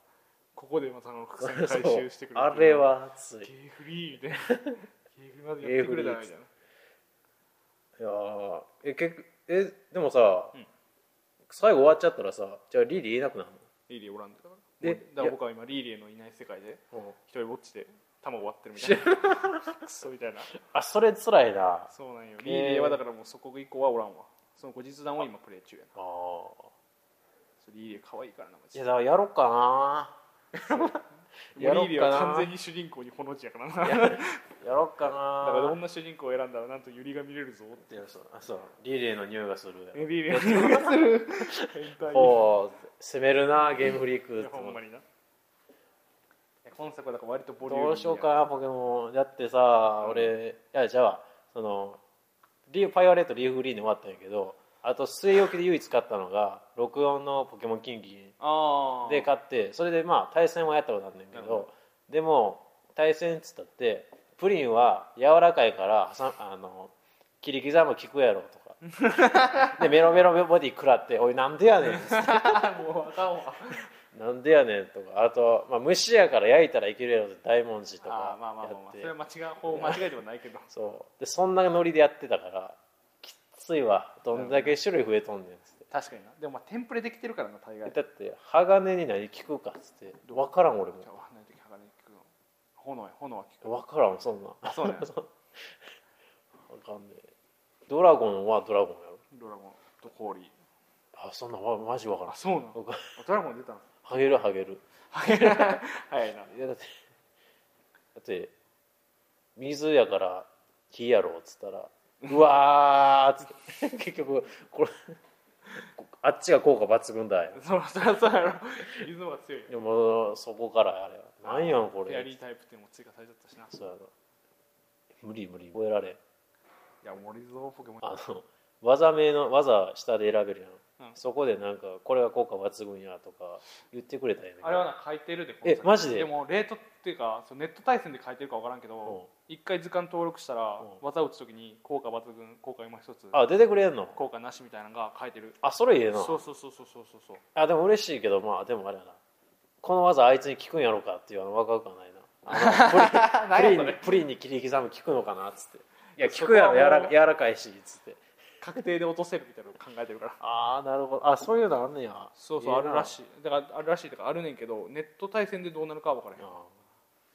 [SPEAKER 2] こでまたあの伏線
[SPEAKER 1] そう
[SPEAKER 2] 回収してくる
[SPEAKER 1] あれは熱い
[SPEAKER 2] ゲーフリーみたいなゲーフリーまでやってくれたなみたいない
[SPEAKER 1] やーえけえでもさ、
[SPEAKER 2] うん
[SPEAKER 1] 最後終わっちゃったらさじゃあリリーいなくなる
[SPEAKER 2] リーリーおらんでたから
[SPEAKER 1] え
[SPEAKER 2] もうだから僕は今リーリーのいない世界で
[SPEAKER 1] の、
[SPEAKER 2] 一人ぼっちで卵割ってるみたいなクソみたいな
[SPEAKER 1] あそれ辛いな
[SPEAKER 2] そうなんよリーリーはだからもうそこ以降はおらんわその後日談を今プレイ中や
[SPEAKER 1] あー
[SPEAKER 2] なそうリーリー可愛いからなマ
[SPEAKER 1] い
[SPEAKER 2] ジ
[SPEAKER 1] や
[SPEAKER 2] で
[SPEAKER 1] だからやろうかな
[SPEAKER 2] リーリー
[SPEAKER 1] や
[SPEAKER 2] は
[SPEAKER 1] ろうかな
[SPEAKER 2] 完全に主人公にほの字やからなだか
[SPEAKER 1] やろうかな
[SPEAKER 2] らどんな主人公を選んだらなんとユリが見れるぞ
[SPEAKER 1] いやそうあそうリリーの匂いがする
[SPEAKER 2] リーリーのユリがする 変態
[SPEAKER 1] おー攻めるなゲームフリー
[SPEAKER 2] い
[SPEAKER 1] ク
[SPEAKER 2] や
[SPEAKER 1] と
[SPEAKER 2] ほ
[SPEAKER 1] 思
[SPEAKER 2] ん
[SPEAKER 1] っ
[SPEAKER 2] ま
[SPEAKER 1] て
[SPEAKER 2] にな今作はだから割とボリューミー
[SPEAKER 1] どうしようかなポケモンだってさ俺いやじゃあそのリーパイオレットリーフグリーンで終わったんやけどあと据え置きで唯一買ったのが64のポケモン金銀
[SPEAKER 2] ああ
[SPEAKER 1] で買ってそれでまあ対戦はやったことあるんだけ
[SPEAKER 2] なるほ
[SPEAKER 1] どでも対戦っつったってプリンは柔らかいから挟んあの切り刻む効くやろとか でメロメロボディ食らって「おいなんでやねん」
[SPEAKER 2] もうあかん わ
[SPEAKER 1] なんでやねん」とかあと、まあ、虫やから焼いたらいけるやろって大文字と
[SPEAKER 2] あ
[SPEAKER 1] か
[SPEAKER 2] あまあまあまあ、
[SPEAKER 1] や
[SPEAKER 2] まあ
[SPEAKER 1] っ、
[SPEAKER 2] そ
[SPEAKER 1] て
[SPEAKER 2] れは間違い方間違えてはないけど
[SPEAKER 1] そうでそんなノリでやってたからきっついわどんだけ種類増えとんねんっつって
[SPEAKER 2] 確かになでもまあテンプレできてるからな大概
[SPEAKER 1] だって鋼に何効くかっつって分からん俺も
[SPEAKER 2] じゃあわかんない時鋼聞くの炎や炎は聞く
[SPEAKER 1] 分からんそんなん
[SPEAKER 2] あそうね
[SPEAKER 1] わかんねえドラゴンはドラゴンやろ
[SPEAKER 2] ドラゴンと氷
[SPEAKER 1] あそんなんわマジわからん
[SPEAKER 2] あそうなの
[SPEAKER 1] 僕
[SPEAKER 2] ドラゴン出 たの
[SPEAKER 1] ハゲるハゲる
[SPEAKER 2] 早いな早いない
[SPEAKER 1] やだってだって水やから火やろっつったらうわーっつって結局これこあっちが効果抜群だよ
[SPEAKER 2] そらそらそうやろ水の方が強いよ
[SPEAKER 1] でもそこからあれなんやんこ
[SPEAKER 2] フェアリー
[SPEAKER 1] れ
[SPEAKER 2] タイプっていうのも追加されちゃったしな
[SPEAKER 1] そうやろ無理無理覚えられん
[SPEAKER 2] いや森蔵ポケモン
[SPEAKER 1] あの技名の技下で選べるやん、
[SPEAKER 2] うん
[SPEAKER 1] そこでなんかこれが効果抜群やとか言ってくれたらええねんけど
[SPEAKER 2] あれはな書いてるで
[SPEAKER 1] え
[SPEAKER 2] この先
[SPEAKER 1] マジで
[SPEAKER 2] でもレートっていうかそのネット対戦で書いてるか分からんけど一回図鑑登録したら
[SPEAKER 1] うん
[SPEAKER 2] 技打つ時に効果抜群効果今一つ
[SPEAKER 1] あ出てくれんの
[SPEAKER 2] 効果なしみたいなのが書いてる
[SPEAKER 1] あそれええな
[SPEAKER 2] そうそうそうそうそうそうそう
[SPEAKER 1] あでも嬉しいけどまあでもあれやなこの技あいつに効くんやろうかっていうあの分かるくはない なあのプリンプリンにプリンに切り刻む効くのかなっつっていや効くやろ
[SPEAKER 2] そこはも
[SPEAKER 1] 柔ら
[SPEAKER 2] う
[SPEAKER 1] 柔らかいしっつって
[SPEAKER 2] 確定で落とせるみたいなの考えてるから
[SPEAKER 1] ああなるほどあそういうのあんねや
[SPEAKER 2] そうそうあるらしいだからあるらしいとかあるねんけどネット対戦でどうなるかは分からへん
[SPEAKER 1] あ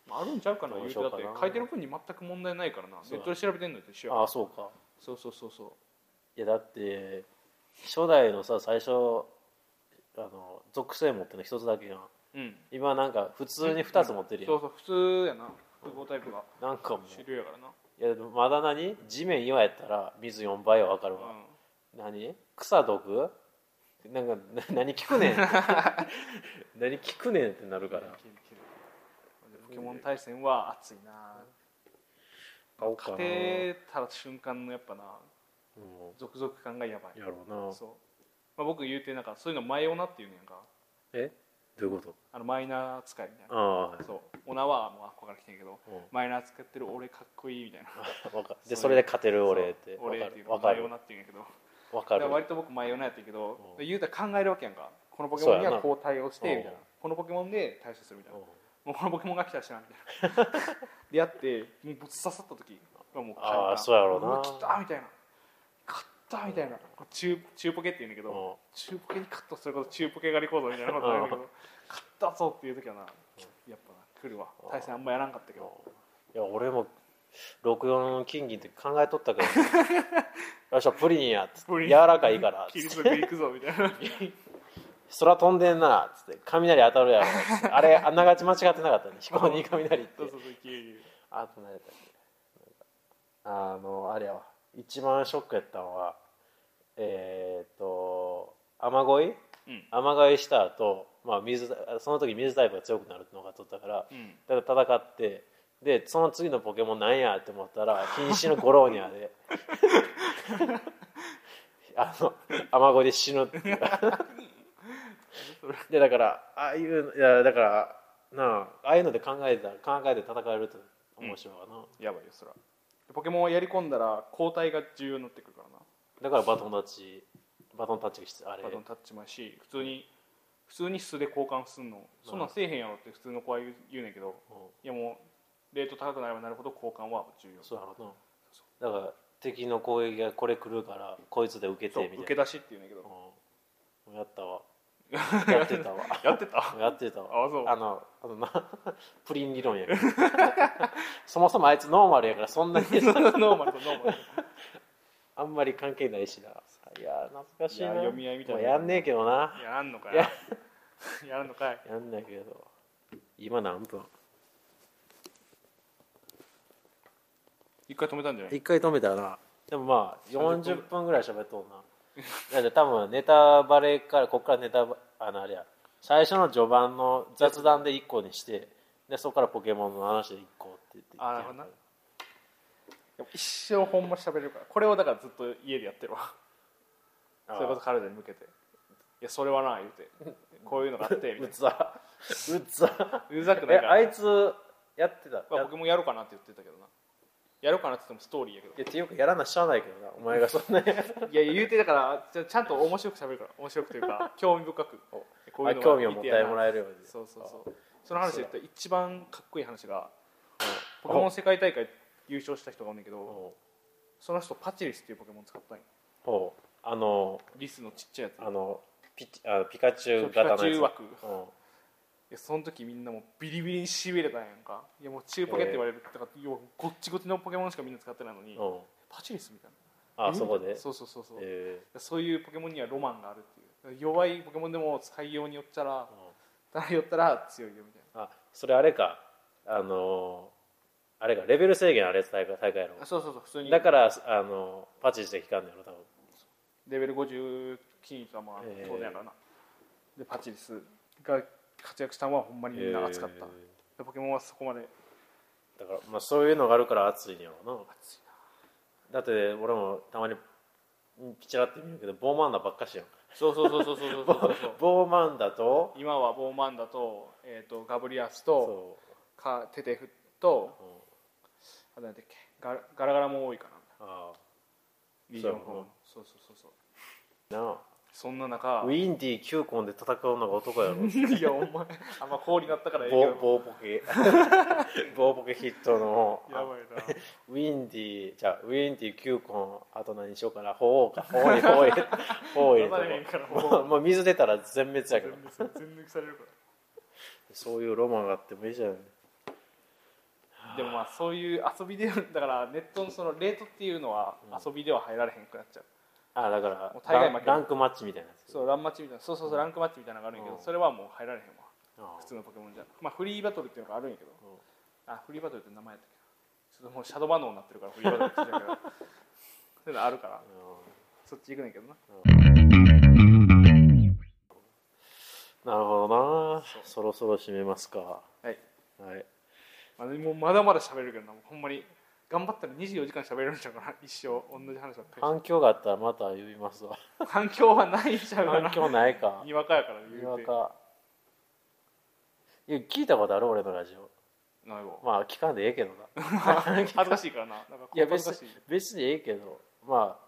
[SPEAKER 2] まああるんちゃうかな
[SPEAKER 1] どう
[SPEAKER 2] 言う
[SPEAKER 1] してよう
[SPEAKER 2] だ
[SPEAKER 1] か
[SPEAKER 2] っ
[SPEAKER 1] な
[SPEAKER 2] て書いてる分に全く問題ないからな
[SPEAKER 1] そうだ
[SPEAKER 2] ネットで調べてんのと一緒や
[SPEAKER 1] あーそうか
[SPEAKER 2] そうそうそうそう
[SPEAKER 1] いやだって初代のさ最初あの属性持ってるの一つだけやん
[SPEAKER 2] うん
[SPEAKER 1] 今なんか普通に二つ持ってるやん、
[SPEAKER 2] そうそう普通やな複合タイプが
[SPEAKER 1] なんかも
[SPEAKER 2] 主流やからな
[SPEAKER 1] ういやでもまだ何地面岩やったら水4倍は分かるわ、
[SPEAKER 2] うん
[SPEAKER 1] 何草毒なんかな何聞く ねん何聞くねんってなるから
[SPEAKER 2] ポケモン対戦は熱いな
[SPEAKER 1] 買おうかな
[SPEAKER 2] 勝てた瞬間のやっぱな
[SPEAKER 1] う
[SPEAKER 2] 続々感がやばい
[SPEAKER 1] んやろうな
[SPEAKER 2] そう、まあ、僕言うてなんかそういうのマイオナっていうんやんか
[SPEAKER 1] えどういうこと
[SPEAKER 2] あのマイナー使いみたいな
[SPEAKER 1] あ
[SPEAKER 2] そうオナはもうあっこから来てんけど
[SPEAKER 1] あ、うん
[SPEAKER 2] マイナー使ってる俺かっこいいみたいな
[SPEAKER 1] わかでそれで勝てる俺って
[SPEAKER 2] そう俺っていうの
[SPEAKER 1] わ
[SPEAKER 2] を
[SPEAKER 1] か
[SPEAKER 2] マイ
[SPEAKER 1] る
[SPEAKER 2] オ
[SPEAKER 1] わ
[SPEAKER 2] ナっていうんやけど
[SPEAKER 1] か
[SPEAKER 2] だから
[SPEAKER 1] るわかる
[SPEAKER 2] 割と僕マイオナやったけど
[SPEAKER 1] うん
[SPEAKER 2] で言うたら考えるわけやんかこのポケモンに
[SPEAKER 1] そうやな
[SPEAKER 2] はこう対応してみたいな
[SPEAKER 1] うん
[SPEAKER 2] このポケモンで対処するみたいな
[SPEAKER 1] うん
[SPEAKER 2] もうこのポケモンが来たら知らんみたいな でやってもうぶつ刺さった時はもう帰った
[SPEAKER 1] あーそうやろうな
[SPEAKER 2] わ来たみたいな勝ったみたいなこれ中中ポケって言うんだけど、
[SPEAKER 1] うん
[SPEAKER 2] 中ポケにカットすること中ポケ狩り構造みたいなことなんだけど勝ったぞっていう時はなやっぱな来るわ
[SPEAKER 1] うん
[SPEAKER 2] 対戦あんまやらんかったけど
[SPEAKER 1] いや俺も64金銀って考えと ったけどよっしゃプリンやっつって
[SPEAKER 2] プリン
[SPEAKER 1] 柔らかいからっ
[SPEAKER 2] 切
[SPEAKER 1] つ
[SPEAKER 2] り
[SPEAKER 1] って
[SPEAKER 2] すぐ行くぞみたい な
[SPEAKER 1] 空飛んでんなっつって雷当たるやろっつってあれあんながち間違ってなかった ね飛行に雷って
[SPEAKER 2] そうそうそう切る
[SPEAKER 1] あと何やったっけあのあれやわ一番ショックやったのはえーっと雨乞い
[SPEAKER 2] うん
[SPEAKER 1] 雨乞いした後、まあ水その時水タイプが強くなるってのが取ったから
[SPEAKER 2] うん
[SPEAKER 1] だから戦ってでその次のポケモンなんやって思ったら瀕死のゴローニャで あの雨乞いで死ぬっていうでだからああいういやだからなあああいうので考えてた考えて戦えると面白いわな、
[SPEAKER 2] やばいよそらポケモンをやり込んだら交代が重要になってくるからな
[SPEAKER 1] だからバトンタッチバトンタッチが必要あれ
[SPEAKER 2] バトンタッチもやし普通に普通に素で交換すんのそんなんせえへんやろって普通の子は言う言うねんけど
[SPEAKER 1] うん
[SPEAKER 2] いやもうレート高くなればなるほど交換は重要
[SPEAKER 1] そうやろうなだから敵の攻撃がこれ来るからこいつで受け
[SPEAKER 2] そう
[SPEAKER 1] てみ
[SPEAKER 2] 受
[SPEAKER 1] た
[SPEAKER 2] け
[SPEAKER 1] いな
[SPEAKER 2] 出しっていうんだけど
[SPEAKER 1] うんやったわやってたわ
[SPEAKER 2] やってた
[SPEAKER 1] やってたわ
[SPEAKER 2] あそう
[SPEAKER 1] あのあのな プリン理論やけど そもそもあいつノーマルやからそん なに
[SPEAKER 2] ノーマルとノーマル
[SPEAKER 1] あんまり関係ないしないや懐かしいない
[SPEAKER 2] や読み合いみたいな
[SPEAKER 1] もうやんねえけどな
[SPEAKER 2] やらんのか
[SPEAKER 1] い
[SPEAKER 2] い
[SPEAKER 1] や
[SPEAKER 2] やらんのかい
[SPEAKER 1] やんないけど今何分
[SPEAKER 2] 一回止めたんじゃない
[SPEAKER 1] 一回止めたらなでもまあ
[SPEAKER 2] 30
[SPEAKER 1] 40分ぐらい喋っとうなだって多分ネタバレからこっからネタバあのあれや最初の序盤の雑談で1個にしてでそこからポケモンの話で1個って言って
[SPEAKER 2] あなるほどなでも一生ほんま喋れるからこれをだからずっと家でやってるわ
[SPEAKER 1] あー
[SPEAKER 2] それこそ彼女に向けていやそれはな言うて こういうのがあってみたいうな
[SPEAKER 1] ざうざ
[SPEAKER 2] うざくな
[SPEAKER 1] え
[SPEAKER 2] いから
[SPEAKER 1] あいつやってた
[SPEAKER 2] まあ、
[SPEAKER 1] や
[SPEAKER 2] 僕もやろうかなって言ってたけどなやろうかなって言ってもストーリーやけど
[SPEAKER 1] いやっていうかやらなしゃあないけどなお前がそんなに
[SPEAKER 2] いやいや言うてだからちゃちゃんと面白く喋るから面白くという か興味深くこういう
[SPEAKER 1] あ
[SPEAKER 2] のが
[SPEAKER 1] 興味を持っても
[SPEAKER 2] え
[SPEAKER 1] らえるように
[SPEAKER 2] そうそうそうその話で言ったら一番かっこいい話がポケモン世界大会優勝した人がおんねんけ
[SPEAKER 1] お
[SPEAKER 2] ど
[SPEAKER 1] お
[SPEAKER 2] その人パチリスっていうポケモン使ったんよ
[SPEAKER 1] おあの
[SPEAKER 2] リスのちっちゃいやつ
[SPEAKER 1] あのピあピカチュウ
[SPEAKER 2] ピカ
[SPEAKER 1] 型
[SPEAKER 2] チ
[SPEAKER 1] の
[SPEAKER 2] ュウ
[SPEAKER 1] や
[SPEAKER 2] 枠い
[SPEAKER 1] つうん
[SPEAKER 2] やその時みんなもうビリビリにしびれたんやんかいやもう中ポケって言われるだから要はごっちごちのポケモンしかみんな使ってないのに
[SPEAKER 1] うん
[SPEAKER 2] パチリスみたいな
[SPEAKER 1] あそこで
[SPEAKER 2] そうそうそうそう、
[SPEAKER 1] え
[SPEAKER 2] そういうポケモンにはロマンがあるっていう弱いポケモンでも使いようによっちゃら
[SPEAKER 1] ー
[SPEAKER 2] よったら強いよみたい
[SPEAKER 1] あそれあれかあのーあれかレベル制限あれ大会大会やろ
[SPEAKER 2] なそうそうそう普通に
[SPEAKER 1] だからあのーパチして聞かんのやろ多分
[SPEAKER 2] レベル50金とはまあ
[SPEAKER 1] えー
[SPEAKER 2] 当然やからな、でパチリスが活躍したのはほんまにみんな熱かった、
[SPEAKER 1] え
[SPEAKER 2] でポケモンはそこまで
[SPEAKER 1] ーだから、まあ、そういうのがあるから熱いんやろ
[SPEAKER 2] 熱いな
[SPEAKER 1] うなだって俺もたまにんピチラって見るけどボーマンダばっかしやん
[SPEAKER 2] そうそうそうそうそうそうそう そう
[SPEAKER 1] ボーマンダと
[SPEAKER 2] 今はボーマンダと,、えー、とガブリアスと
[SPEAKER 1] そ
[SPEAKER 2] かテテフと
[SPEAKER 1] う、うん
[SPEAKER 2] あとなんだっけガラガラガラも多いかな
[SPEAKER 1] ああ
[SPEAKER 2] リージョン4
[SPEAKER 1] そう
[SPEAKER 2] そうそうそうそう
[SPEAKER 1] なあ
[SPEAKER 2] そんな中
[SPEAKER 1] ウィンディーコンで戦うのが男やろ
[SPEAKER 2] いやお前あんま氷になったからええけ
[SPEAKER 1] ボ
[SPEAKER 2] ど
[SPEAKER 1] ーボーポ ケボーポケヒットの
[SPEAKER 2] やばいな
[SPEAKER 1] ウィンディじゃあウィンディキューコンあと何しようかな鳳凰か鳳凰鳳凰 鳳凰
[SPEAKER 2] まだね
[SPEAKER 1] 入
[SPEAKER 2] え
[SPEAKER 1] れ
[SPEAKER 2] か
[SPEAKER 1] て
[SPEAKER 2] ら
[SPEAKER 1] もうもう水出たら全滅や
[SPEAKER 2] 全
[SPEAKER 1] けど
[SPEAKER 2] 然全然されるか
[SPEAKER 1] そういうロマンがあってもいいじゃん
[SPEAKER 2] らでもまあそういう遊びでだからネットのそのレートっていうのは遊びでは入られへんくなっちゃう、
[SPEAKER 1] あだか
[SPEAKER 2] もう
[SPEAKER 1] らラ
[SPEAKER 2] 大概負
[SPEAKER 1] ン
[SPEAKER 2] ける
[SPEAKER 1] ランクマッチみたいなやつ
[SPEAKER 2] そうランマッチみたいなそうそうそうランクマッチみたいなのがあるんやけど、
[SPEAKER 1] うん
[SPEAKER 2] それはもう入られへんわ
[SPEAKER 1] ああ
[SPEAKER 2] 普通のポケモンじゃまあフリーバトルっていうのがあるんやけど、
[SPEAKER 1] うん
[SPEAKER 2] あフリーバトルって名前やったっけちょっともうシャドーバノーになってるから フリーバトルって言ってたけどそういうのあるから
[SPEAKER 1] う
[SPEAKER 2] そっち行くねんけどなん
[SPEAKER 1] なるほどな
[SPEAKER 2] そう
[SPEAKER 1] そろそろ締めますか
[SPEAKER 2] はい、
[SPEAKER 1] はい、
[SPEAKER 2] まあ、もうまだまだ喋るけどなもうほんまに頑張ったら24時間喋れるんちゃうかな一生同じ話ばっか
[SPEAKER 1] 反響があったらまた呼びます わ
[SPEAKER 2] り反響はないんちゃうか
[SPEAKER 1] 反
[SPEAKER 2] な
[SPEAKER 1] 響ないか
[SPEAKER 2] にわかやから
[SPEAKER 1] に
[SPEAKER 2] 言
[SPEAKER 1] わ
[SPEAKER 2] うて
[SPEAKER 1] かいや聞いたことある俺のラジオ
[SPEAKER 2] ないわ
[SPEAKER 1] まあ聞かんでええけどな
[SPEAKER 2] 恥ずかしいからななんか
[SPEAKER 1] いや別
[SPEAKER 2] 恥ず
[SPEAKER 1] に
[SPEAKER 2] かしい、
[SPEAKER 1] 別にええけどま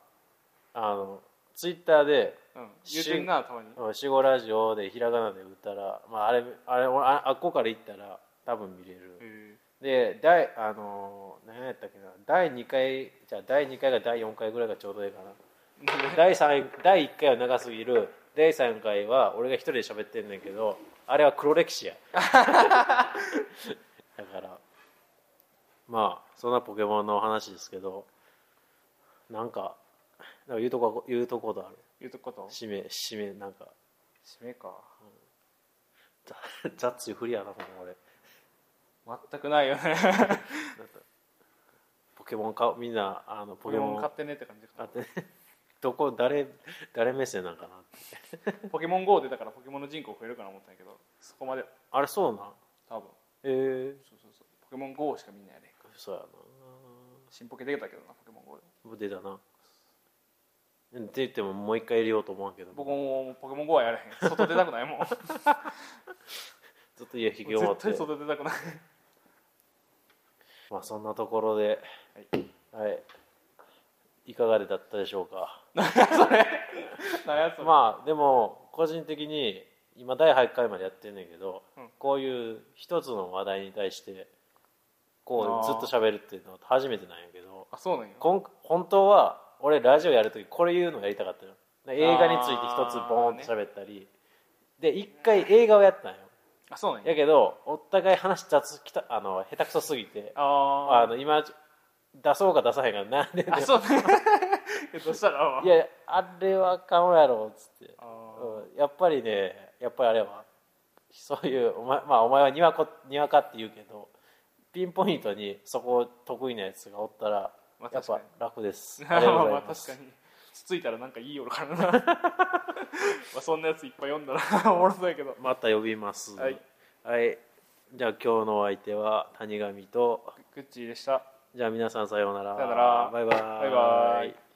[SPEAKER 1] ああのツイッターで
[SPEAKER 2] うん、言うてんなたま
[SPEAKER 1] 「
[SPEAKER 2] に
[SPEAKER 1] うん死後ラジオ」でひらがなで打ったら、まあ、あれあれ俺ああっこから行ったら多分見れる
[SPEAKER 2] え
[SPEAKER 1] で第あのー何やったっけな第2回じゃあ第2回が第4回ぐらいがちょうどいいかな第三第1回は長すぎる第3回は俺が一人で喋ってんねんけどあれは黒歴 史やだからまあそんなポケモンの話ですけどなんかなんか言うとこ言うとことある
[SPEAKER 2] 言うとくこと
[SPEAKER 1] 締め締め なんか
[SPEAKER 2] 締めか
[SPEAKER 1] ざ雑いふりやなほんま俺
[SPEAKER 2] 全くないよね
[SPEAKER 1] ポケモン買うみんなあのポ
[SPEAKER 2] ポ
[SPEAKER 1] ケ
[SPEAKER 2] ケ
[SPEAKER 1] モ
[SPEAKER 2] モ
[SPEAKER 1] ン
[SPEAKER 2] ン買ってねって感じか
[SPEAKER 1] 買ってね どこ誰誰目線なんかなって
[SPEAKER 2] ポケモン GO でだからポケモンの人口増えるかな思ったんやけどそこまで
[SPEAKER 1] あれそうなん
[SPEAKER 2] 多分
[SPEAKER 1] ええ
[SPEAKER 2] そうそうそうポケモン GO しかみんなやれへんから
[SPEAKER 1] そうやな
[SPEAKER 2] 新ポケ出たけどなポケモン GO で
[SPEAKER 1] もう出たなうんって言ってももう一回入れようと思うけど
[SPEAKER 2] 僕ももうポケモン GO はやらへん外出たくない もん
[SPEAKER 1] ずっと家引きこもっ
[SPEAKER 2] 絶
[SPEAKER 1] て
[SPEAKER 2] 対外出たくない
[SPEAKER 1] まあそんなところではい、い、かがでだったでしょうか
[SPEAKER 2] なやつは
[SPEAKER 1] まあでも個人的に今第8回までやってんねんけど、
[SPEAKER 2] うん
[SPEAKER 1] こういう一つの話題に対してこう
[SPEAKER 2] あ
[SPEAKER 1] ず
[SPEAKER 2] ー
[SPEAKER 1] っと喋るっていうのは初めてなんやけど
[SPEAKER 2] あそうなんや
[SPEAKER 1] こん本当は俺ラジオやるときこれ言うのやりたかったの映画について一つボーンって喋ったり、で一回映画をやったんよ
[SPEAKER 2] あそうなんや
[SPEAKER 1] やけどお互い話雑きたあの下手くそすぎてあ
[SPEAKER 2] あ
[SPEAKER 1] の今出そうか出さへんからなんで
[SPEAKER 2] ーあそう なんやえどうしたら
[SPEAKER 1] いやあれはあかんやろっつって
[SPEAKER 2] あー
[SPEAKER 1] うんやっぱりねやっぱりあれはそういうお前,、まあ、お前はにわこにわかって言うけどピンポイントにそこ得意なやつがおったら、
[SPEAKER 2] まあ
[SPEAKER 1] やっ
[SPEAKER 2] 確かに
[SPEAKER 1] ぱ楽です
[SPEAKER 2] ま
[SPEAKER 1] あ
[SPEAKER 2] あ
[SPEAKER 1] りがとうござ
[SPEAKER 2] ま
[SPEAKER 1] い
[SPEAKER 2] あ
[SPEAKER 1] ま
[SPEAKER 2] 確
[SPEAKER 1] す
[SPEAKER 2] かにつついたらなんかいいよるからな まあそんなやついっぱい読んだら おもろそうやけど
[SPEAKER 1] また呼びます
[SPEAKER 2] はい、
[SPEAKER 1] はいじゃあ今日のお相手は谷上と
[SPEAKER 2] グッチーでした
[SPEAKER 1] じゃあ皆さんさようなら
[SPEAKER 2] さようなら
[SPEAKER 1] バイバイ
[SPEAKER 2] バイバイ